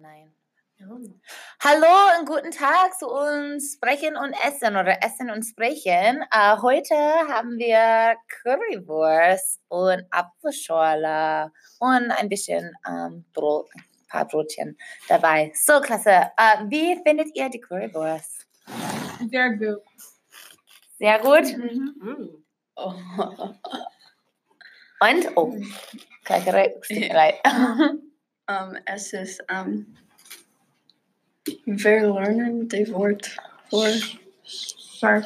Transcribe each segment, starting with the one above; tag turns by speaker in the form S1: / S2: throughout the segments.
S1: Nein. Hallo und guten Tag zu uns Sprechen und Essen oder Essen und Sprechen. Äh, heute haben wir Currywurst und Apfelschorle und ein bisschen ähm, Brot, ein paar Brotchen dabei. So klasse. Äh, wie findet ihr die Currywurst?
S2: Sehr gut.
S1: Sehr gut.
S2: Mhm.
S3: Um,
S1: Und, oh, Kackerei, es tut mir leid.
S3: Um, es ist um, wir lernen die Wort für scharf.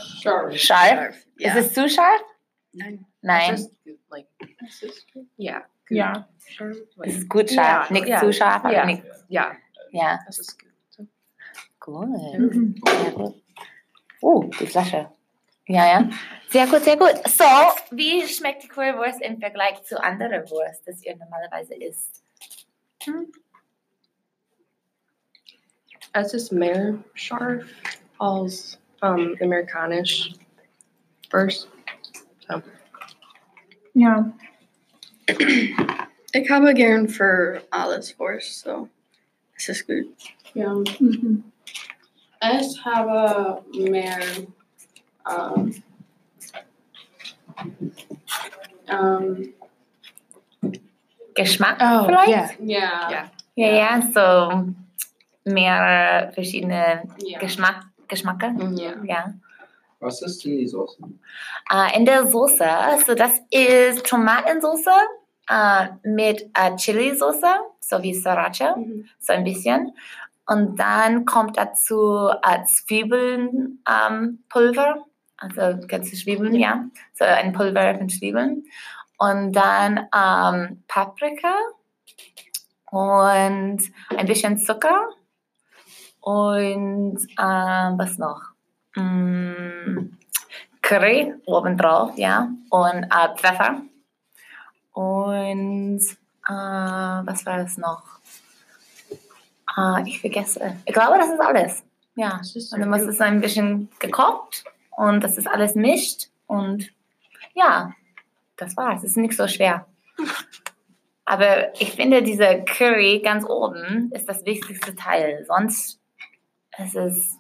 S2: Sorry.
S1: Scharf?
S3: Ja.
S1: Ist es zu scharf?
S3: Nein.
S1: Nein.
S4: Just like it's just yeah, good.
S2: Ja.
S4: Sure,
S1: Es
S4: like,
S1: ist gut scharf,
S4: Ja,
S1: nichts
S4: ja,
S1: zu scharf, aber
S4: ja.
S1: nichts.
S4: yeah,
S1: Ja,
S4: that's just good.
S1: gut. Sehr gut. Oh, die Flasche. Ja, ja. Sehr gut, sehr gut. So, wie schmeckt die Currywurst im Vergleich zu anderen Wurst, das ihr normalerweise isst?
S4: It's just meer sharp als um Americanisch first.
S2: Ja.
S3: Ich habe gern für alles Wurst, so es ist gut.
S5: Ja,
S2: Mhm.
S5: ich habe mehr ähm, ähm,
S1: Geschmack vielleicht?
S4: Oh, yeah.
S5: ja,
S1: Ja, ja, so mehrere verschiedene
S5: ja,
S1: Geschmack, Geschmacke.
S4: Mm-hmm.
S5: ja.
S1: Ja.
S6: Was ist denn die Soße?
S1: Äh, in der Soße, so das ist Tomatensoße äh, mit äh, Chili-Soße, so wie Sriracha.
S5: Mhm.
S1: so ein bisschen. Und dann kommt dazu äh, Zwiebeln, ähm, Pulver, also ganze Zwiebeln,
S5: Mhm.
S1: ja, so ein Pulver von Zwiebeln. Und dann ähm, Paprika und ein bisschen Zucker und ähm, was noch? Mm, Curry obendrauf, ja, und äh, Pfeffer. Und äh, was war das noch? Ah, ich vergesse. Ich glaube, das ist alles. Ja.
S4: It's just
S1: Und dann muss es ein bisschen gekocht und das ist alles mischt und ja, das war's. Es ist nicht so schwer. Aber ich finde, diese Curry ganz oben ist das wichtigste Teil. Sonst ist es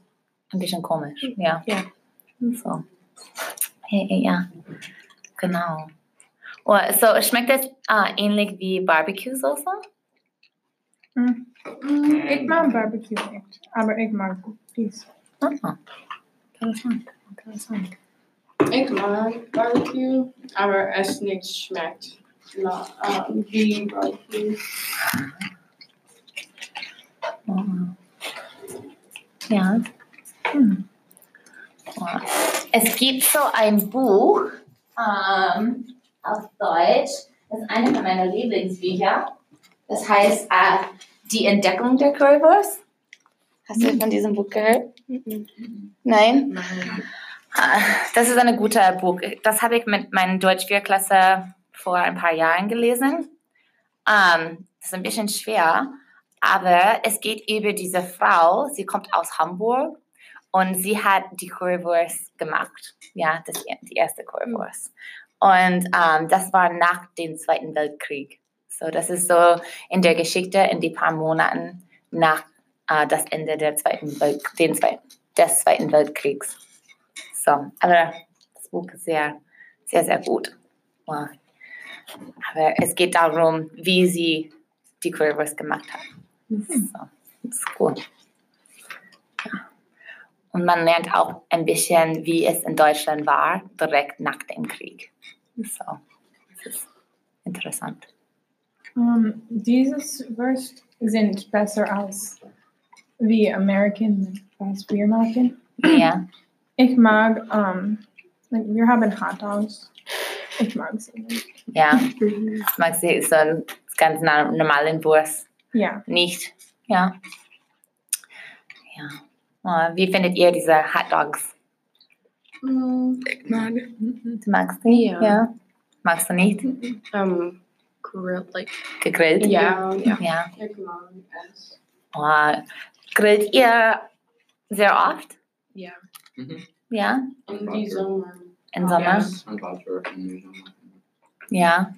S1: ein bisschen komisch. Ja.
S4: Ja.
S1: So. Ja, ja, ja. Genau. Oh, so schmeckt das äh, ähnlich wie Barbecue-Soße?
S2: Mhm, Ich mag Barbecue Ah, nicht, aber ich mag dies.
S1: Ah, interessant. interessant.
S5: Ich mag Barbecue, aber es nicht schmeckt na,
S4: um,
S5: ähm, wie Barbecue.
S1: Mhm. Ja. Hm. Ja. Es gibt so ein Buch ähm, auf Deutsch, das ist eine meiner Lieblingsbücher. Das heißt äh, Die Entdeckung der Currywurst. Hast du von diesem Buch gehört? Nein? Ah, Das ist ein guter Buch. Das habe ich mit meiner Deutsch 4 Klasse vor ein paar Jahren gelesen. Ähm, das ist ein bisschen schwer, aber es geht über diese Frau. Sie kommt aus Hamburg und sie hat die Currywurst gemacht. Ja, das, die erste Currywurst. Und ähm, das war nach dem Zweiten Weltkrieg. So, das ist so in der Geschichte in die paar Monaten nach äh, das Ende der Zweiten Welt, den Zwei, des Zweiten Weltkriegs. So, aber das Buch ist sehr, sehr, sehr gut. Ja. Aber es geht darum, wie sie die Currywurst gemacht hat. So, das ist cool. Ja. Und man lernt auch ein bisschen, wie es in Deutschland war, direkt nach dem Krieg. So, das ist interessant.
S2: Um, dieses Wurst sind besser als wie American, was wir machen.
S1: Ja,
S2: Ich mag, um, like, wir haben Hot Dogs. Ich mag sie nicht.
S1: ja. Das mag sie so einen ganz na- normalen Wurst.
S2: Ja.
S1: nicht. Ja. Ja. Äh, Wie findet ihr diese Hot Dogs?
S3: Ich mag.
S1: Du magst sie?
S4: Ja.
S1: Magst du nicht?
S4: um grilled like
S1: Gegrillt?
S5: Ja,
S4: ja.
S1: Ja.
S5: ich mag es.
S1: Äh, grillt ihr sehr oft?
S4: yeah.
S6: Mhm.
S1: Ja.
S5: In die Sommer.
S1: Im
S5: Ja.
S1: Sommer?
S6: Und Butter in den Sommer.
S1: Ja.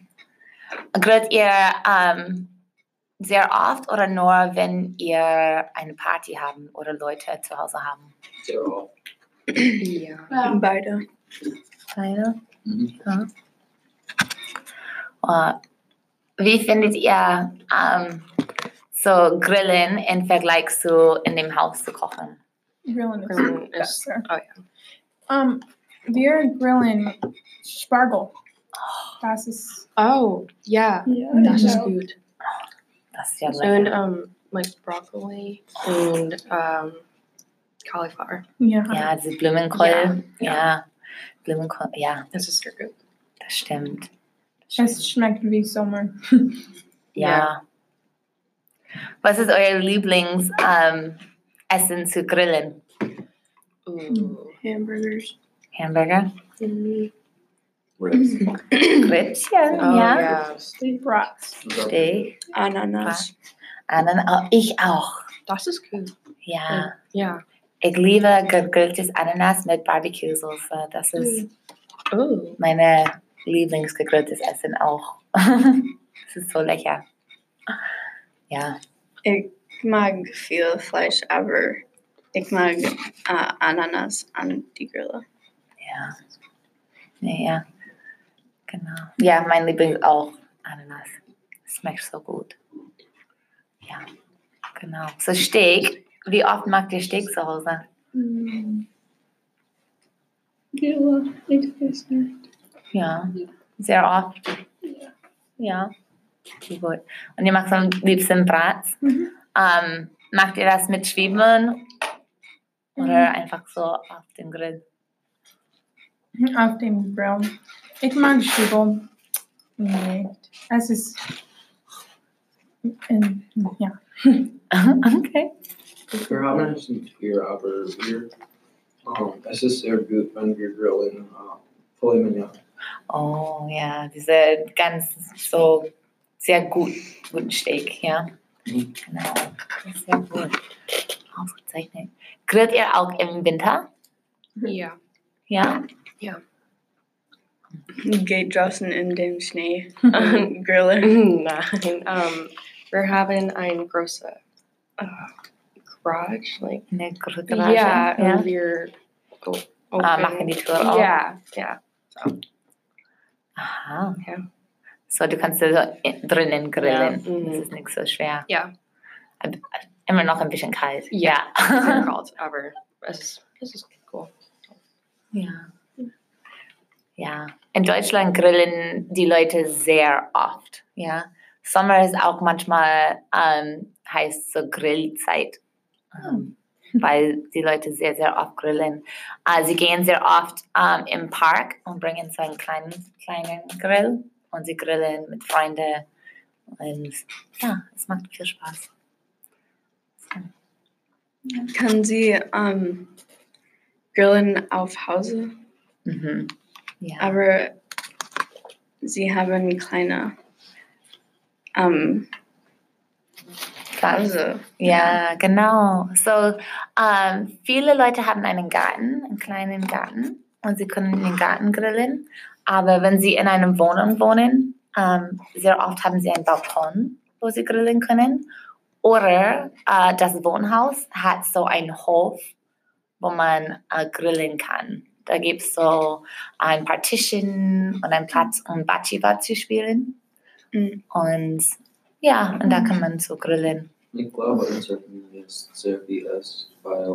S1: Grillt ihr ähm, sehr oft oder nur, wenn ihr eine Party haben oder Leute zu Hause haben?
S6: Sehr oft.
S4: yeah.
S5: Ja.
S2: Beide.
S1: Beide.
S6: Mhm.
S1: Ja. Oh, Wie findet ihr ähm, so Grillen im Vergleich zu in dem Haus zu kochen?
S2: Grilling is
S4: Grilling is-
S2: better.
S4: oh,
S2: Um, we're grilling spargel. Das ist
S4: Oh, yeah.
S2: yeah,
S4: That's just good.
S1: Das ist ja
S4: And
S1: lecker.
S4: um, like broccoli and um, cauliflower.
S2: yeah.
S1: Ja, diese Blumenkohl. Ja. Blumenkohl. Ja,
S4: That's just so good.
S1: das stimmt.
S2: Es schmeckt wie Sommer.
S1: Ja. Was ist euer Lieblingsessen ähm, Essen zu grillen?
S4: Ooh.
S3: Hamburgers.
S1: Hamburger?
S6: Ribs.
S1: Rippchen,
S4: Oh,
S1: ja.
S4: yeah.
S2: Brats.
S1: Steak,
S3: Ananas.
S1: Annen, oh, ich auch.
S4: That's just good.
S1: Ja.
S4: Yeah.
S1: Ich liebe gegrilltes Ananas mit Barbecue-Soße. Das ist
S4: Oh.
S1: meine Lieblingsgegrilltes Essen auch. Es ist so lecker. Ja.
S3: Ich mag viel Fleisch, aber ich mag äh, Ananas an die Grille.
S1: Ja. Nee, ja. Genau. Ja, mein Lieblings auch Ananas. Schmeckt so gut. Ja. Genau. So Steak. Wie oft mag ihr Steak zu Hause?
S5: Mm. Ja, ich weiß nicht.
S1: Ja. Sehr oft. Ja. Okay, gut. Und ihr macht am liebsten Bratz.
S2: Mhm.
S1: Ähm, macht ihr das mit Zwiebeln?
S5: Mhm.
S1: Oder einfach so auf dem Grill?
S2: Auf dem Grill. Ich mag Zwiebel nicht. Es ist. Ähm, ja.
S4: Mhm.
S1: okay.
S6: Wir haben es nicht hier, aber wir. Um, es ist sehr gut, wenn wir grillen. Uh, voll mignon.
S1: Oh ja, diese ganz so sehr gut, guten Steak, ja.
S6: Mhm.
S1: Genau, sehr gut. Ausgezeichnet. Grillt ihr auch im Winter?
S4: Yeah.
S1: Ja.
S3: Geht draußen in dem Schnee und Grille.
S4: Nein. Um, we're having ein grosse uh, garage, like
S1: In der Gar- Garage?
S4: yeah,
S1: ja.
S4: and we're o- open.
S1: Ah, machen die Tür auf?
S4: yeah, uh, yeah.
S1: Aha.
S4: Ja.
S1: So, du kannst also i- drinnen grillen.
S4: Ja, mhm.
S1: Das ist nicht so schwer.
S4: Ja.
S1: Aber Immer noch ein bisschen kalt.
S4: Ja.
S1: Ja.
S4: They're called ever. This is, this is cool.
S1: Ja. Ja. In Deutschland grillen die Leute sehr oft. Ja. Sommer ist auch manchmal ähm, heißt so Grillzeit. Ähm, Weil die Leute sehr, sehr oft grillen. Äh, sie gehen sehr oft ähm, im Park und bringen so einen kleinen, kleinen Grill und sie grillen mit Freunden. Und ja, es macht viel Spaß.
S3: Kann sie ähm, grillen auf Hause,
S1: Mhm. Ja.
S3: aber sie haben kleine ähm,
S1: Klar.
S3: Hause.
S1: Ja, genau. So, ähm, viele Leute haben einen Garten, einen kleinen Garten, und sie können in den Garten grillen. Aber wenn sie in einer Wohnung wohnen, ähm, sehr oft haben sie einen Balkon, wo sie grillen können. Oder äh, das Wohnhaus hat so einen Hof, wo man äh, grillen kann. Da gibt es so ein paar Tischen und einen Platz, um Batschiba zu spielen.
S3: Mhm.
S1: Und ja, und da kann man so grillen.
S6: Ich glaube, unser Community ist sehr wie es, weil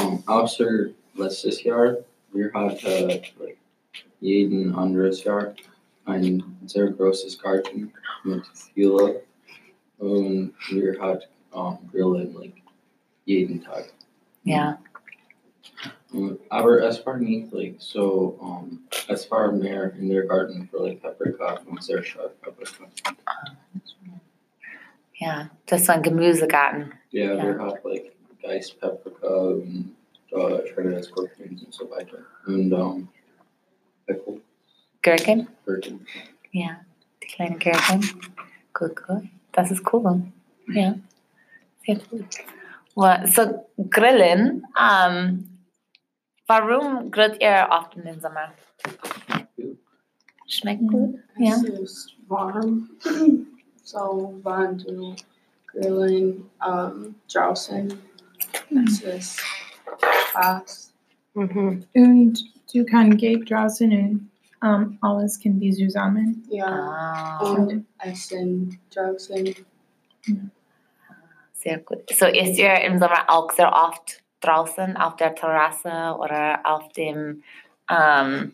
S6: um, außer letztes Jahr, wir hatten like, jeden anderes Jahr ein sehr großes Garten mit vielen und wir hatten um, Grillen like, jeden Tag.
S1: Ja.
S6: Um, aber es war nicht like, so, um, es war mehr in der Garten für like, Paprika und sehr stark Paprika.
S1: Ja, das ist so ein Gemüsegarten.
S6: Ja,
S1: Ja.
S6: wir hatten like Geist, Paprika und äh, Shredded Scorpions und so weiter. Und ähm, Pickle,
S1: Gherkin?
S6: Gherkin.
S1: Ja, die kleine Gherkin. Gut, gut. Das ist cool. Ja, sehr gut. Well, so, Grillen. Ähm, warum grillt ihr oft im Sommer?
S6: Gut.
S1: Schmeckt gut? Ja.
S5: Es ist warm. so Vandu, Grilling, um, Drowsing, Nexus, Fox.
S4: Mm-hmm.
S2: Und du kann Gabe draußen und um, alles kann die zusammen.
S5: Yeah,
S1: Ah,
S5: and Essen, Drowsing.
S1: sehr gut. So ist ihr im Sommer auch sehr oft draußen auf der Terrasse oder auf dem ähm,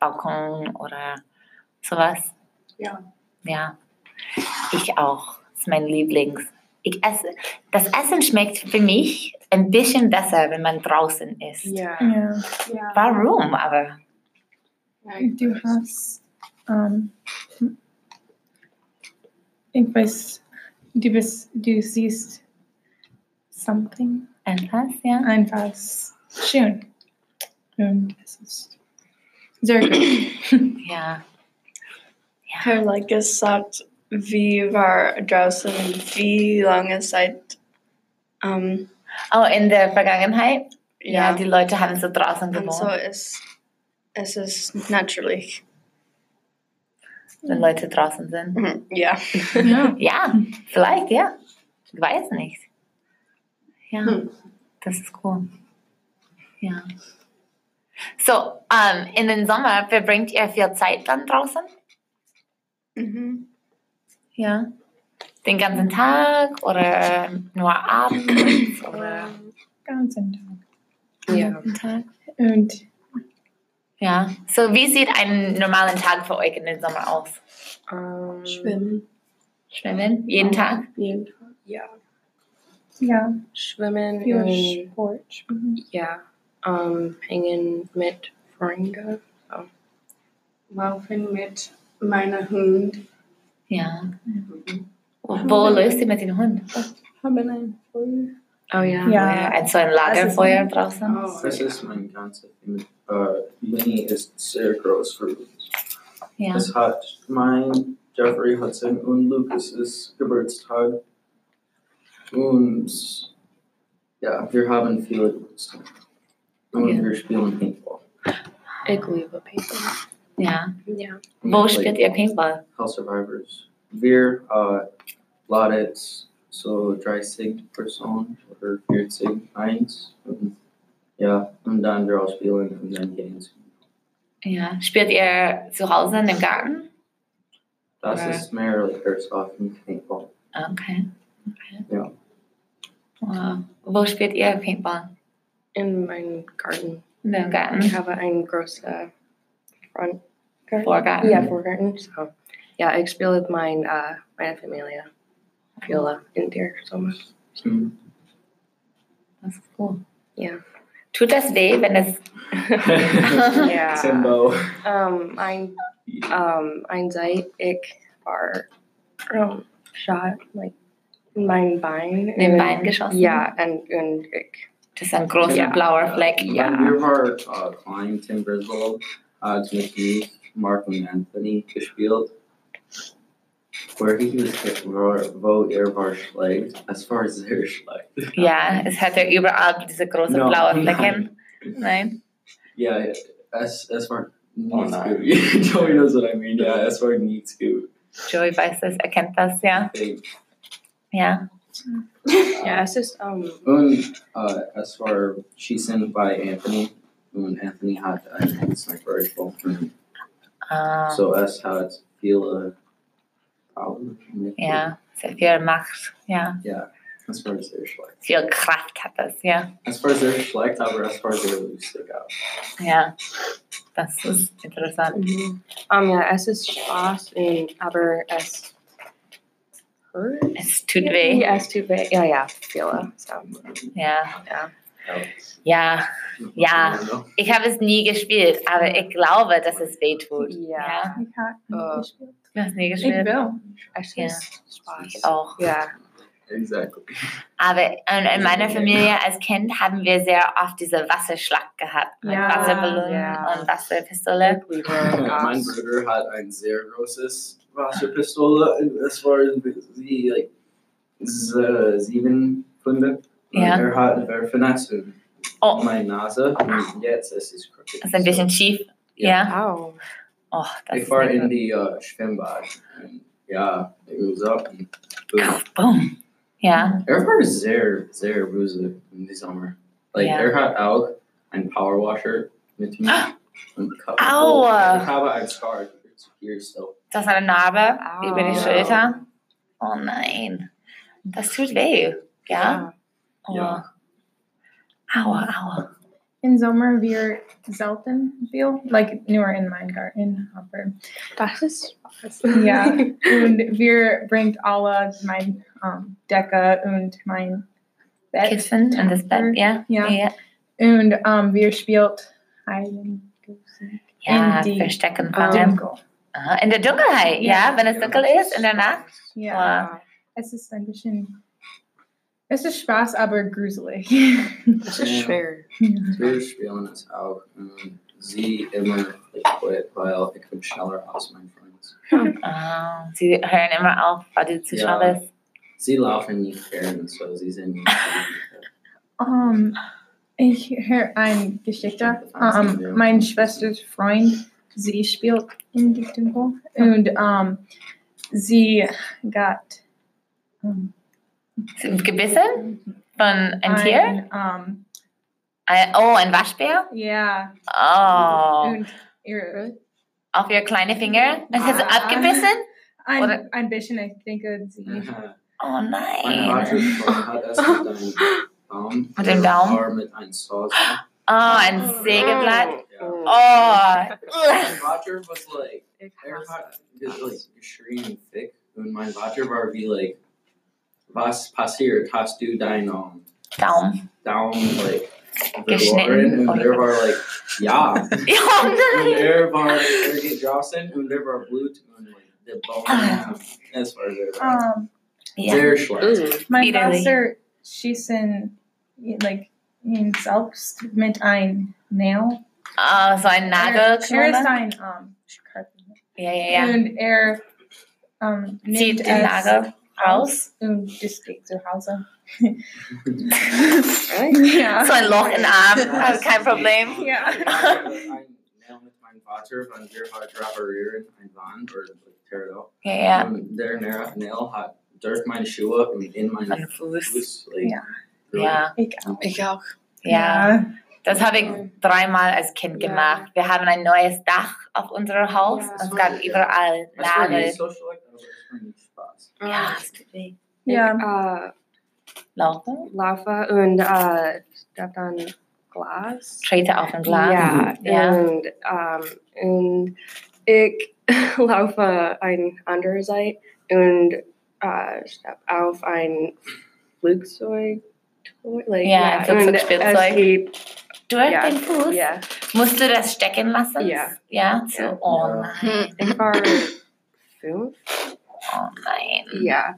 S1: Balkon oder sowas?
S5: Ja.
S1: Ja, ich auch. Das ist mein Lieblings. Ich esse, das Essen schmeckt für mich ein bisschen besser, wenn man draußen ist.
S4: Yeah.
S2: Ja.
S5: Yeah.
S1: Warum aber?
S5: Like,
S2: Du hast. Um, ich weiß, du bist, du siehst something
S1: Etwas, ja?
S2: einfach schön. Und es ist sehr gut.
S1: Ja.
S3: Har like sagt, vi var draußen wie lange Zeit. Um,
S1: Oh, in der Vergangenheit? Ja,
S3: ja,
S1: die Leute haben so draußen
S3: und
S1: gewohnt.
S3: so ist es ist natürlich.
S1: wenn Leute draußen sind.
S3: Mhm, Ja.
S2: ja.
S1: Ja, vielleicht, ja. Ich weiß nicht. Ja,
S5: Hm.
S1: das ist cool. Ja. So, ähm, in den Sommer verbringt ihr viel Zeit dann draußen?
S3: Mhm.
S1: Ja. Den ganzen Tag oder ähm, nur abends oder
S2: Ganzen Tag.
S4: Yeah.
S1: den Tag?
S2: Und
S1: Ja. So, wie sieht ein normalen Tag für euch in den Sommer aus?
S4: Um,
S5: Schwimmen.
S1: Schwimmen? Jeden Tag?
S5: Jeden Tag.
S4: Yeah.
S2: ja,
S4: Schwimmen
S2: viel
S4: und
S2: Sport.
S4: yeah. Um, hängen mit Freunden.
S5: Laufen mit meiner Hund.
S1: Ja. Wo löst ihr mit dem Hund?
S5: Haben ein Hund.
S4: Oh yeah.
S2: Ja.
S1: Ein, so ein Lagerfeuer draußen?
S5: Oh,
S6: Das
S5: ja.
S6: ist mein ganzes Bild. Äh, Mini ist sehr groß für uns.
S1: Ja.
S6: Es hat mein Jeffrey Hudson und Lucas' Geburtstag. Und ja, wir haben viele Geburtstage. Und
S1: Ja.
S6: wir spielen Paintball.
S4: Igloo people.
S1: Ja.
S4: Yeah.
S1: Wo spielt ihr Paintball?
S6: Hell Survivors. Wir äh, ladet so 30 Personen oder 40 eins. Und, ja, und dann wir auch spielen und dann gehen
S1: Ja. Spielt ihr zu Hause in dem Garten?
S6: Das
S1: Oder-
S6: ist mehr like Airsoft und Paintball.
S1: Ah, Okay. okay.
S6: Ja.
S1: Wow. Wo spielt ihr Paintball?
S4: In mein garden.
S1: In dem
S4: Ich
S1: Garten?
S4: habe einen großen Front.
S1: Vorgarten?
S4: Ja, Vorgarten. So, ja, ich spiele mit mein, äh, meiner Familie. Viola uh, in der Sommer.
S6: Mhm.
S1: Das ist cool.
S4: Ja.
S1: Tut das weh, wenn es...
S4: ja.
S6: Timbo.
S4: Um, ein, um, ein Zeit, ich war um, shot, like, mein Bein.
S1: In den
S4: und-
S1: Bein geschossen?
S4: Ja, und, und ich.
S1: Das ist ein großer
S4: Ja.
S1: blauer Fleck.
S4: Ja.
S6: Wenn wir war äh, klein, Tim Brislow hat mit Heath, Mark und Anthony gespielt. Where he was, wo wo er war schlecht. Es war sehr schlecht.
S1: Ja, es hat ja überall diese großen
S6: No,
S1: blauen
S6: nein.
S1: Flecken. Nein?
S6: Yeah, as as far
S4: Oh,
S6: needs
S4: no.
S6: good. Joey knows what I mean. Yeah, as far needs good.
S1: Joey weiß das, erkennt das, ja. Ja.
S4: Ja, es ist, um,
S6: And uh, as far she's sent by Anthony, and Anthony had a sniper rifle,
S1: Ah,
S6: so us had feel a problem. with it.
S1: ja. Sehr viel Macht, ja.
S6: As far as their schlecht.
S1: Viel Kraft hat das, ja.
S6: As far as their schlecht, however, as far as their loose stick out.
S1: Ja, das ist interessant.
S4: mhm. um, ja, es ist Spaß, und, aber es hurt.
S1: Es tut weh.
S4: Ja, es tut weh. Ja, ja, Viola. So.
S1: Ja.
S4: Ja.
S1: Ja, Ja.
S6: I don't know.
S1: ich habe es nie gespielt, aber ich glaube, dass es weh tut.
S4: Ja,
S2: Ich habe
S4: Äh,
S2: gespielt.
S1: Du hast nie
S2: Ich
S1: gespielt?
S2: will.
S4: es
S1: Ja.
S4: ist Spaß.
S1: Ich auch.
S4: Ja,
S6: Exactly.
S1: Aber in, in meiner Familie als Kind haben wir sehr oft diese Wasserschlack gehabt. Mit
S2: Ja,
S1: Wasserballon
S4: ja.
S1: und Wasserpistole.
S4: we were
S6: mein
S4: us.
S6: Bruder hat ein sehr großes Wasserpistole, das war wie like, s- sieben Pfunde. Und
S1: Ja.
S6: Er hat werfen lassen.
S1: Oh.
S6: Meine Nase und jetzt ist es crooked.
S1: Das ist ein bisschen schief. Ja.
S4: Wow.
S1: Oh, das
S6: Ich
S1: ist
S6: war
S1: nicht
S6: in
S1: gut.
S6: die äh, Schwimmbad und Yeah, it goes up. And boom.
S1: Boom. Yeah.
S6: Earhart is their their bruiser in this summer. Like
S1: Yeah.
S6: Earhart out and power washer with me. and cup of
S1: Ow.
S6: gold. How about I scarred? It's here still.
S1: Das war eine Narbe über die
S4: Ah.
S6: Au.
S1: Schulter. Oh nein. Das tut weh. Ja?
S6: Yeah.
S1: Aua, aua.
S2: In Zomer wir selten viel, like nur in mein Garten, aber
S4: Das ist Spaß.
S2: Ja. und wir bringt alle mein um, Decke und mein Bett
S1: Kissen in das Bett. Ja.
S2: Ja.
S1: Ja,
S2: und um, wir spielt Heiligen
S1: ja
S2: In die-
S1: verstecken vor dem. Aha, In der Dunkelheit, ja, wenn es dunkel ist, in der Nacht.
S2: Ja,
S1: Ja.
S2: es ist ein bisschen, es ist Spaß, aber gruselig.
S4: Das ist
S6: Ja.
S4: schwer.
S6: Wir spielen es auch. Und sie immer quitt, weil ich bin schneller als mein Freund.
S1: Ah, sie hören immer auf, weil die zu
S6: Ja.
S1: schwach ist.
S6: Sie laufen nicht fern, so sie sind nicht.
S2: Um, ich höre eine Geschichte. Um, mein Schwesters Freund, sie spielt in die Dunkel und um, sie got um,
S1: Sie- Gebissen? Von einem Tier?
S2: ein, um,
S1: Ein, oh, ein Waschbär?
S2: ja,
S1: Oh,
S2: und ihr,
S1: auf ihr kleine Finger? Das ist
S2: Ah.
S1: abgebissen? Oder-
S2: ein, ein bisschen, ich denke, sie.
S1: Oh
S6: Meine
S1: nein.
S6: Warteschlange hat es mit einem Daumen.
S1: Mit dem Daumen?
S6: Oder mit einem Sauce.
S1: Oh, ein Sägeblatt.
S6: Ja.
S1: Oh.
S6: Mein Roger was like, Earhart is like geschrien thick. Und mein Roger war wie like, was passiert? Hast du deinen um,
S1: Daumen.
S6: Daumen like
S1: Geschnitten
S6: verloren? Und er war like, ja.
S1: Oh
S6: Und
S1: nein.
S6: er war, er geht draußen und er war blut und like, der Bone. Das war sehr,
S2: Um,
S1: Ja.
S6: sehr schlecht.
S2: mein
S1: Italy.
S2: Vater schießen, like, ihn selbst mit ein Nail.
S1: Oh, so ein
S2: Er ist
S1: Nagelknochen.
S2: ein um, Carpenter.
S1: Ja, ja, ja.
S2: Und er ähm, nimmt
S1: Zieht den
S2: es
S1: Nagel raus.
S2: aus und das geht zu Hause.
S1: So
S2: ja.
S1: ein Loch im
S6: Um,
S1: Arm. Also kein Problem.
S2: Ja.
S6: Ein Nail mit meinem Vater von Earhart reparieren, ein Wand oder tear it
S1: Ja, ja.
S6: Und der Nail Nail hat durch meine Schuhe und in meinen
S1: Ein Fuß.
S6: Fuß. like,
S2: Ja.
S6: really
S1: Ja,
S2: Ich,
S3: Ich auch.
S1: ja. Das habe ich dreimal als Kind
S5: Ja.
S1: gemacht. Wir haben ein neues Dach auf unserem Haus.
S5: Ja.
S1: Es gab überall
S6: Das war
S1: Nagel.
S6: nicht so schlecht, aber es war nicht Spaß.
S1: Ja, es tut weh.
S2: Ja.
S4: Äh,
S1: Laufen.
S4: Lava und äh, Stefan Glas.
S1: Trete auf ein Glas. Ja.
S4: Ja, und, ähm, und ich laufe ein anderes Seite und äh, steppe auf ein Flugzeug. Like,
S1: Ja, ein
S4: und
S1: Flugzeugspielzeug.
S4: Es geht,
S1: Durch
S4: ja,
S1: den Fuß.
S4: ja.
S1: Musst du das stecken lassen?
S4: Ja.
S1: Ja? So,
S4: Ja.
S1: Oh
S4: Hm.
S6: Ja.
S1: nein.
S4: Ich war fünf.
S1: Oh nein.
S4: Ja.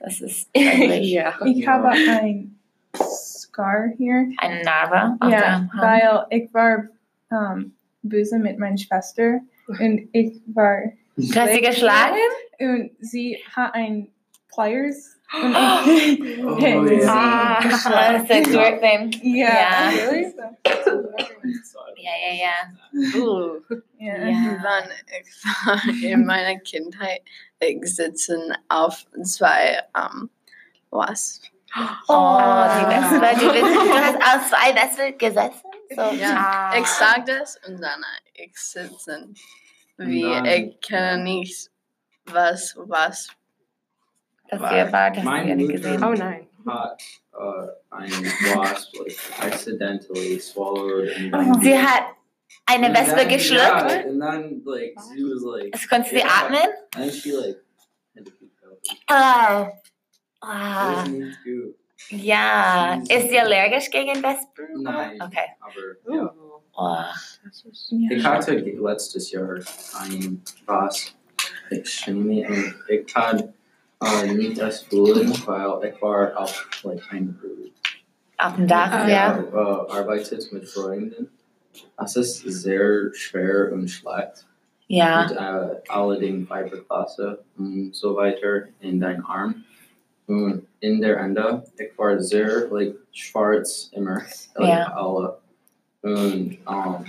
S1: Das ist wirklich
S4: ja.
S2: ich
S6: Ja.
S2: habe ein Scar hier.
S1: eine Narbe auf
S2: Ja,
S1: der Hand.
S2: weil ich war ähm, böse mit meiner Schwester und ich war
S1: Du hast sie geschlagen?
S2: und sie hat ein Pliers und ich
S6: Oh,
S2: hit
S6: yeah.
S2: sie.
S1: Ah, das ist der Durchsehen.
S2: Ja.
S1: Ja.
S6: Ja,
S1: Ja, ja, ja.
S4: Uh,
S2: Ja.
S1: Ja.
S3: Dann ich war in meiner Kindheit, ich sitze auf zwei, ähm, was?
S1: Oh, die
S2: Oh.
S1: Wespe. Die Wespe. Du hast aus zwei Wespen gesessen? So,
S3: Ja.
S1: ah.
S3: Ich sag das und dann ich sitze. Wie
S6: Nein.
S3: ich kenne nicht, was was
S1: Dass wir war, dass
S6: Mein
S1: wir nicht
S6: Mutter-
S1: gesehen
S4: oh nein.
S6: Hot, uh, ein Wasp, like, accidentally swallowed. And
S1: haben.
S6: then,
S1: Sie hat eine
S6: and
S1: Wespe
S6: then-
S1: geschluckt.
S6: Yeah, and then, like, she was like,
S1: Es konnte sie
S6: Ja.
S1: atmen.
S6: and she, like, had to keep going. It
S1: Oh. Ah.
S6: was nicht gut,
S1: Ja. Ist sie allergisch gegen Wespen?
S6: Nein.
S1: Okay.
S6: aber, ja.
S1: Oh.
S6: Ich hatte ge- letztes Jahr ein was extreme und ich hatte äh, nicht das Bullen, weil ich war auf like, einem
S1: Auf dem
S2: Ah,
S1: Dach, ja.
S6: Äh, arbeitet mit Freunden. Das ist sehr schwer und schlecht.
S1: Ja.
S6: Mit äh, alle den Fiberklasse und so weiter in dein Arm. Und in der Ende, ich war sehr like, schwarz immer. Like,
S1: Ja.
S6: alle. Und ähm,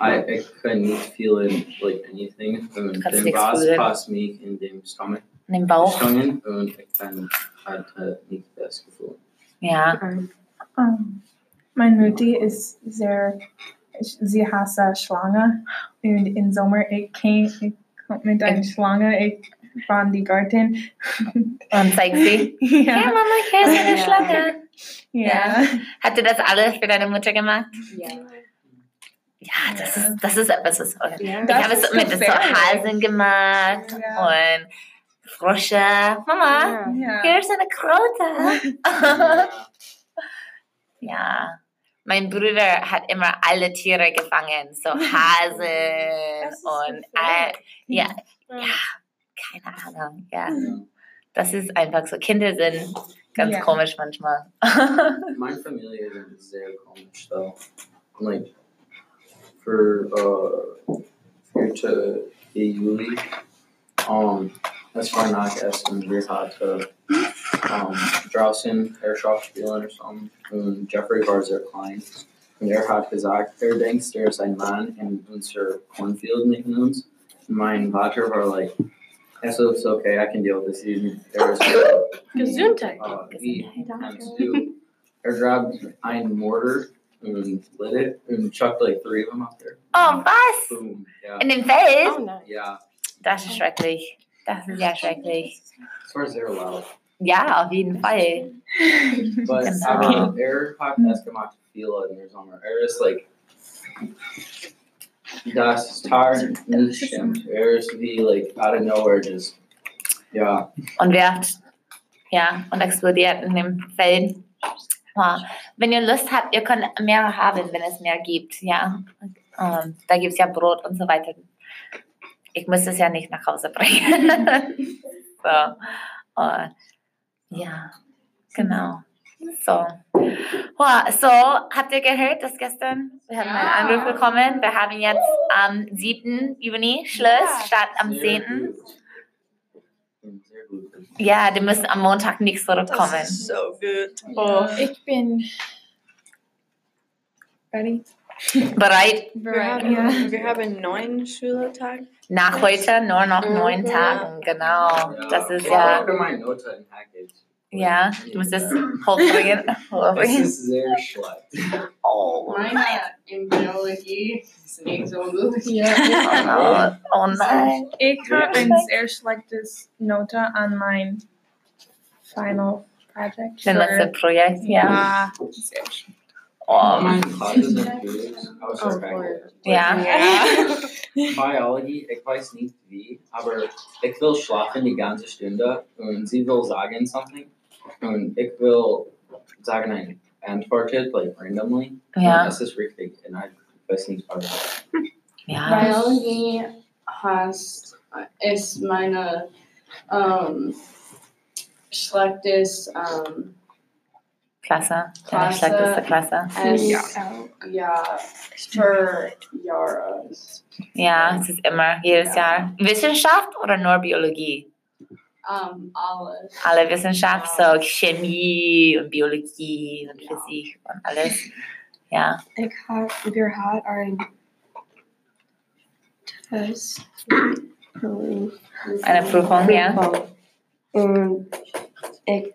S6: I, I couldn't feel it, like anything. Und
S1: Kannst
S6: den
S1: nichts
S6: Gas
S1: fühlen.
S6: passt mich in dem Stomach
S1: an dem Bauch.
S6: gestangen und ich dann hatte nicht das Gefühl.
S1: Ja.
S2: Um, mein Mutti ist sehr, sie hasst Schlange und im Sommer ich kann, ich komme mit einer Schlange, ich fahre in die Garten.
S1: Und zeigt sie. Hey
S2: ja,
S1: Mama, hier ist eine
S7: Ja.
S1: Schlange.
S2: ja.
S1: Hat sie das alle für deine Mutter gemacht?
S7: Yeah.
S1: Ja, das ist, das ist etwas, was
S7: Yeah.
S1: Ich
S2: Das
S1: habe es
S2: ist
S1: mit
S2: doch
S1: so
S2: sehr
S1: Hasen gemacht und Frosche. Mama,
S2: ja.
S1: hier ist eine Kröte. ja. Mein Bruder hat immer alle Tiere gefangen, so Hasen
S2: Das ist
S1: und
S2: so
S1: all, ja,
S4: Ja.
S1: ja, keine Ahnung, ja.
S6: Ja.
S1: Das ist einfach so, Kinder sind ganz
S2: Ja.
S1: komisch manchmal.
S6: My familiar is sehr komisch though. Like for uh for to be Yuli, um that's why not asking wir hatte um draußen Herrschaftsspielen or something und Jeffrey war sehr klein. Und er hat gesagt, er denkt, er ist ein Mann in unser Cornfield neben uns. Mein Vater war like, es ist okay, I can deal with this. He- Er ist
S4: Gesundheit.
S6: uh, he times two. I grabbed iron mortar and lit it and chucked like three of them up there.
S1: Oh, was?
S6: Boom. Yeah.
S1: In dem Feld?
S4: Oh nein.
S6: Yeah.
S1: Das ist schrecklich. Das ist ja schrecklich.
S6: As far as they're allowed.
S1: Ja, auf jeden Fall.
S6: But
S1: That's
S6: our air podcast come out to feel it in your summer. Air is like das tar nicht stimmt. Air is to be like out of nowhere just yeah.
S1: Und werft. Ja, und explodiert in dem Feld. Ja. Wenn ihr Lust habt, ihr könnt mehr haben, wenn es mehr gibt. Ja, ähm, da gibt es ja Brot und so weiter. Ich muss es ja nicht nach Hause bringen. so. äh, ja, genau. So. Wow, so, habt ihr gehört, dass gestern, wir haben einen
S4: Ja.
S1: Anruf bekommen, wir haben jetzt am 7. Juni Schluss,
S4: Ja.
S1: statt am 10.
S6: Sehr gut. Sehr gut.
S1: Ja, die müssen am Montag nicht zurückkommen.
S8: so good.
S4: Oh.
S2: Ich bin ready.
S1: Bereit?
S8: Wir haben,
S2: Ja.
S8: wir haben neun Schülertag.
S1: Nach heute nur noch
S4: Mhm.
S1: neun Tagen, genau.
S6: Yeah.
S1: Das ist
S6: Ich
S1: ja,
S6: brauche mein Note in Package.
S1: ja, du musst es hochbringen.
S6: Es
S1: hochbringen.
S6: ist sehr schlecht.
S1: Oh
S4: Meine in Biologie ist nicht so gut.
S1: oh nein, oh nein.
S2: Ich habe ein sehr schlechtes Note an mein Final Project.
S1: Denn das ist ein Projekt, ja.
S2: Ja, sehr schön.
S1: Oh.
S6: Online classes and videos, I was
S4: Oh,
S6: surprised.
S4: Lord.
S1: Ja,
S4: Ja.
S6: Biology, ich weiß nicht wie, aber ich will schlafen die ganze Stunde und sie will sagen something und ich will sagen eine Antwort, like randomly. Und
S1: ja,
S6: Das ist richtig und ich weiß nicht warum.
S1: ja.
S4: Biologie hast, ist meine ähm, schlechtes ähm,
S1: Klasse, deine
S4: Klasse.
S1: schlechteste Klasse.
S4: als,
S2: Ja.
S4: ja. für Jahre.
S1: Ja, es ist immer, jedes
S4: Ja.
S1: Jahr. Wissenschaft oder nur Biologie?
S4: Ähm, alles.
S1: Alle Wissenschaft,
S4: Ja.
S1: so Chemie und Biologie und
S4: Ja.
S1: Physik und alles. Ja.
S8: Ich hab, wir haben einen Test.
S1: Eine Prüfung, ja.
S8: Und ich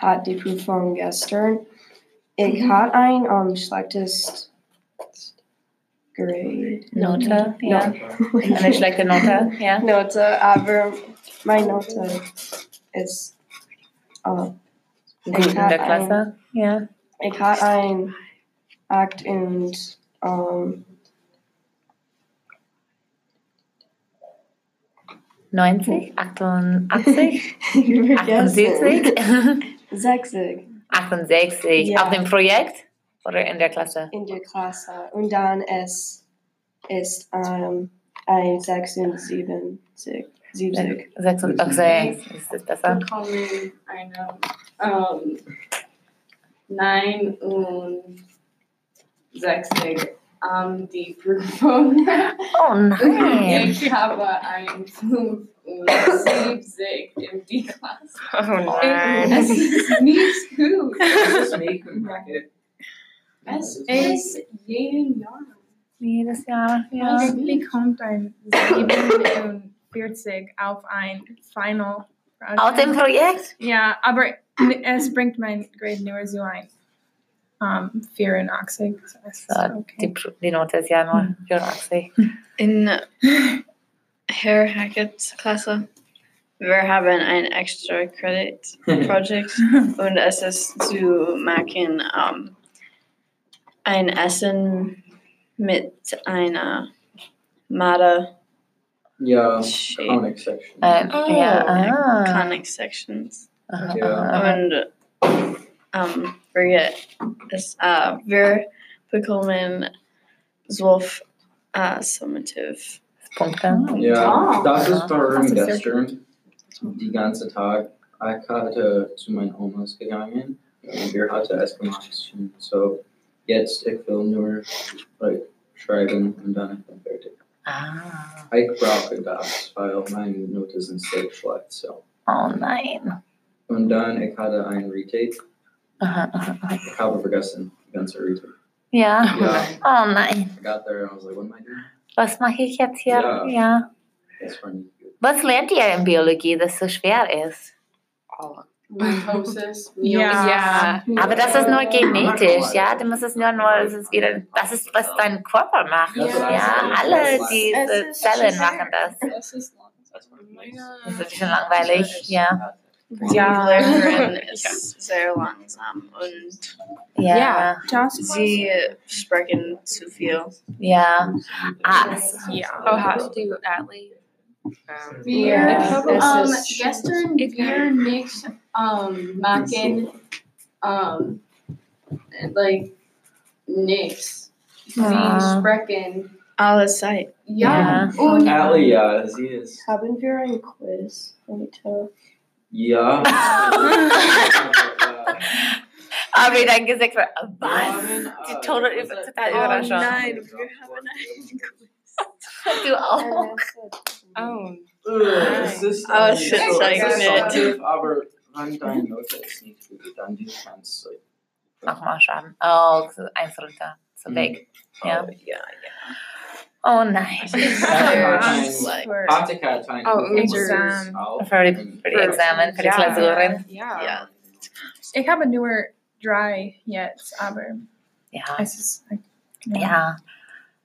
S8: hatte die Prüfung gestern. Ich hatte ein um, schlechtes Grade.
S1: Note, ja. Eine
S8: Note.
S1: schlechte Note, ja.
S8: Note, aber meine Note ist. Uh,
S1: Gut in der Klasse, ja.
S8: Ich hatte ein Akt und ähm,
S1: 90, 88,
S8: ich bin vergessen.
S1: 78,
S8: 60
S1: 68.
S8: Ja.
S1: Auf dem Projekt oder in der Klasse?
S8: in der Klasse und dann es ist ähm, ein 76. 70.
S1: 86, ist das besser?
S4: bekommen eine
S5: Um,
S4: ähm, 9 und 60 am die Prüfung.
S1: Oh
S4: Hmm.
S1: nein!
S4: Ich habe ein 75 in die Klasse.
S7: Oh nein.
S4: Es ist nicht gut.
S6: Das ist nicht im Package.
S4: Es ist jeden Jahr.
S2: Jedes Jahr,
S5: ja.
S2: Bekommt ein 47 auf ein Final Project.
S1: Aus dem Projekt?
S2: Ja, aber es bringt mein Grade nur so ein um, 84. So es ist
S1: So, Die,
S2: okay.
S1: Pro- die Note ist ja nur 84.
S3: In Herr Hackett's uh, Klasse, wir haben ein extra Credit Project und es ist zu machen um, ein Essen mit einer Mathe
S6: ja,
S3: Shape
S6: conic section.
S1: Äh, ja,
S3: okay.
S1: ah.
S3: conic sections.
S1: Aha,
S6: Ja.
S1: aha.
S3: Und um, wir, es, uh, wir bekommen zwölf uh, summative.
S1: Punkte.
S6: Ja,
S5: Oh.
S6: das ist
S2: Das
S6: darum
S2: ist sehr
S6: gestern, die ganze Tag. Ich hatte zu meinen Omas gegangen und wir hatten es gemacht. So, jetzt ich will nur like, schreiben und dann ich bin fertig.
S1: Ah.
S6: Ich brauche das, weil meine Note sind sehr schlecht. So.
S1: Oh nein.
S6: Und dann ich hatte ein Retake.
S1: Aha, aha, aha.
S6: Ich habe vergessen, die ganze Retake.
S1: Ja.
S6: Ja,
S1: Oh nein.
S6: I got there and I was like, what am I doing?
S1: Was mache ich jetzt hier?
S6: Ja.
S1: ja.
S6: That's funny.
S1: Was lernt ihr in Biologie, das so schwer ist?
S5: Mitosis,
S2: Ja.
S5: meiosis.
S1: Aber das ist nur genetisch,
S6: Merkmal.
S1: ja. Du musst es nur, nur es ist wieder, das ist, was dein Körper macht.
S5: Ja.
S1: Ja, alle diese Zellen machen das.
S8: Es ist lang.
S6: That's what it makes.
S1: Das ist ein bisschen langweilig, ja.
S3: Die Lehrerin ist sehr langsam und
S1: Ja,
S2: Just
S3: sie sprechen zu viel.
S1: ja. Ah,
S2: ja.
S4: Oh, how to do Atlee?
S5: Wir
S3: Ja,
S5: haben
S3: es
S5: um,
S3: ist-
S5: gestern wir nicht um, machen um, like nichts. Sie
S1: Ah.
S5: sprechen. Oh,
S3: Alle Zeit.
S5: Ja.
S1: Ja.
S5: Und
S6: Allie, ja, sie ist.
S8: Haben wir ein Quiz heute?
S6: Ja.
S1: Aber ich dann gesagt, habe, was?
S6: Die
S1: Die Tote ist total überrascht.
S3: nein,
S1: Du auch?
S4: Oh.
S6: Es ist
S3: Oh,
S6: ein-
S3: shit,
S6: so, es ist
S5: sorry.
S6: subjektiv, aber wenn deine Note ist nicht gut, dann du kannst like,
S1: Nochmal schreiben. Oh, so eins runter. So
S6: Mhm.
S1: weg. Ja.
S6: probably-
S1: Oh nein.
S6: Hat's
S3: Like,
S6: Optica time.
S4: Oh,
S2: exam.
S1: Für die, für die Examen, für die
S4: Ja.
S1: Klausuren.
S3: yeah.
S2: Ich habe nur drei jetzt, aber
S1: Ja.
S2: es ist.
S1: Ja,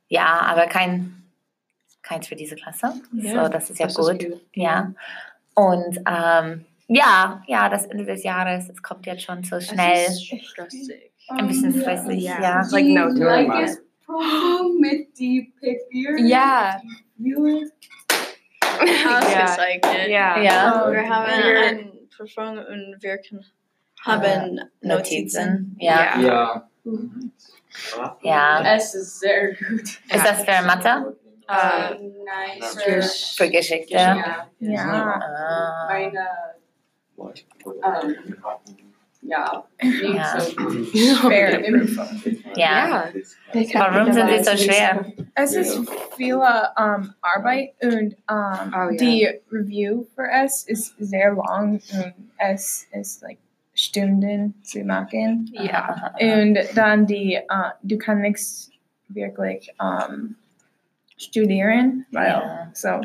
S1: ja, aber kein, keins für diese Klasse.
S4: Ja,
S1: so, das ist ja
S4: das ist
S1: gut. Ja. Und ähm, ja, ja, das Ende des Jahres, es kommt jetzt schon so schnell.
S4: Stressig.
S1: Ein bisschen stressig, ja.
S4: Like no
S5: Die
S6: doing
S5: Likes Promo mit die Papier.
S4: Yeah.
S5: You
S3: I was
S4: Yeah.
S3: excited.
S4: Yeah.
S1: Ja,
S3: Wir
S1: Wir-
S3: haben eine Prüfung und wir können haben Notizen.
S1: Notizen. Ja.
S4: Ja.
S6: Ja.
S1: Ja.
S5: Es ist sehr gut.
S1: Ist das für Mathe?
S3: Uh,
S5: Um, nice.
S1: Für Geschichte?
S5: Ja.
S2: Ja.
S1: Ah.
S5: Meine, ja, nicht
S1: Ja.
S5: so gut.
S4: Oh,
S2: Schwer.
S1: Ja. Warum sind sie so schwer?
S2: Es ist viel ähm, Arbeit und ähm,
S4: Oh, ja.
S2: die Review für es ist sehr lang und es ist like, Stunden zu machen.
S4: Yeah.
S2: Und dann die, äh, du kannst nichts wirklich ähm, studieren. Weil,
S1: Ja.
S2: So.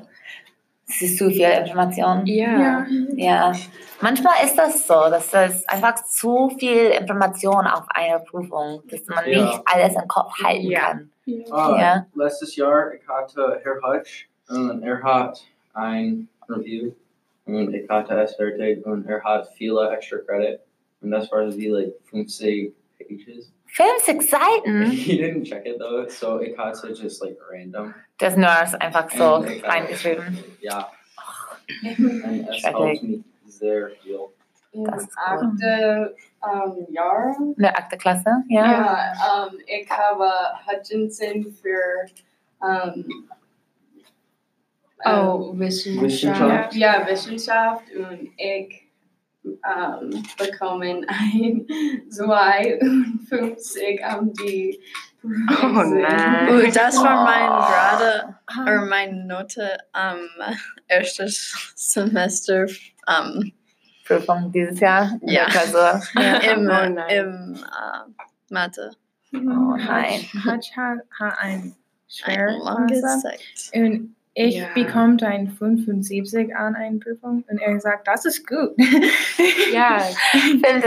S1: Es ist zu viel Information.
S4: Yeah.
S1: Ja, manchmal ist das so, dass es einfach zu viel Information auf einer Prüfung, dass man
S6: Ja.
S1: nicht alles im Kopf halten
S4: Ja.
S1: kann.
S6: Ah,
S1: Ja.
S6: letztes Jahr, ich hatte Herr Hutch und er hat ein Review und ich hatte es fertig und er hat viele extra Credit und das war wie like 50 pages.
S1: 50 Seiten,
S6: He didn't check it though, so ich hatte just like random.
S1: das nur ist einfach so
S6: And ich hatte-
S1: reingeschrieben.
S6: Ja,
S5: Im
S6: und es
S1: Schrecklich.
S6: helped me sehr viel.
S1: Das ist gut.
S5: achten ähm, Jahr
S1: Eine Akteklasse, ja.
S5: Ja, ähm, ich habe Hutchinson für ähm,
S4: Oh, Wissenschaft.
S6: Wissenschaft.
S5: ähm, ja, Wissenschaft und ich ähm, bekomme ein 52 am die
S4: Oh, nein.
S3: Uh, das war mein gerade oder meine Note am erstes um, Semester um,
S1: Prüfung dieses Jahr. Also, in der
S3: Ja.
S1: Klausur.
S3: im,
S4: Oh nein.
S3: im uh, Mathe.
S1: Oh nein.
S2: Hutch hat, hat ein schwer
S3: Lange
S2: langsam.
S3: Zeit.
S2: Und ich
S4: Ja.
S2: bekommt ein 75 an einer Prüfung und er sagt, das ist gut.
S4: Yeah,
S1: Film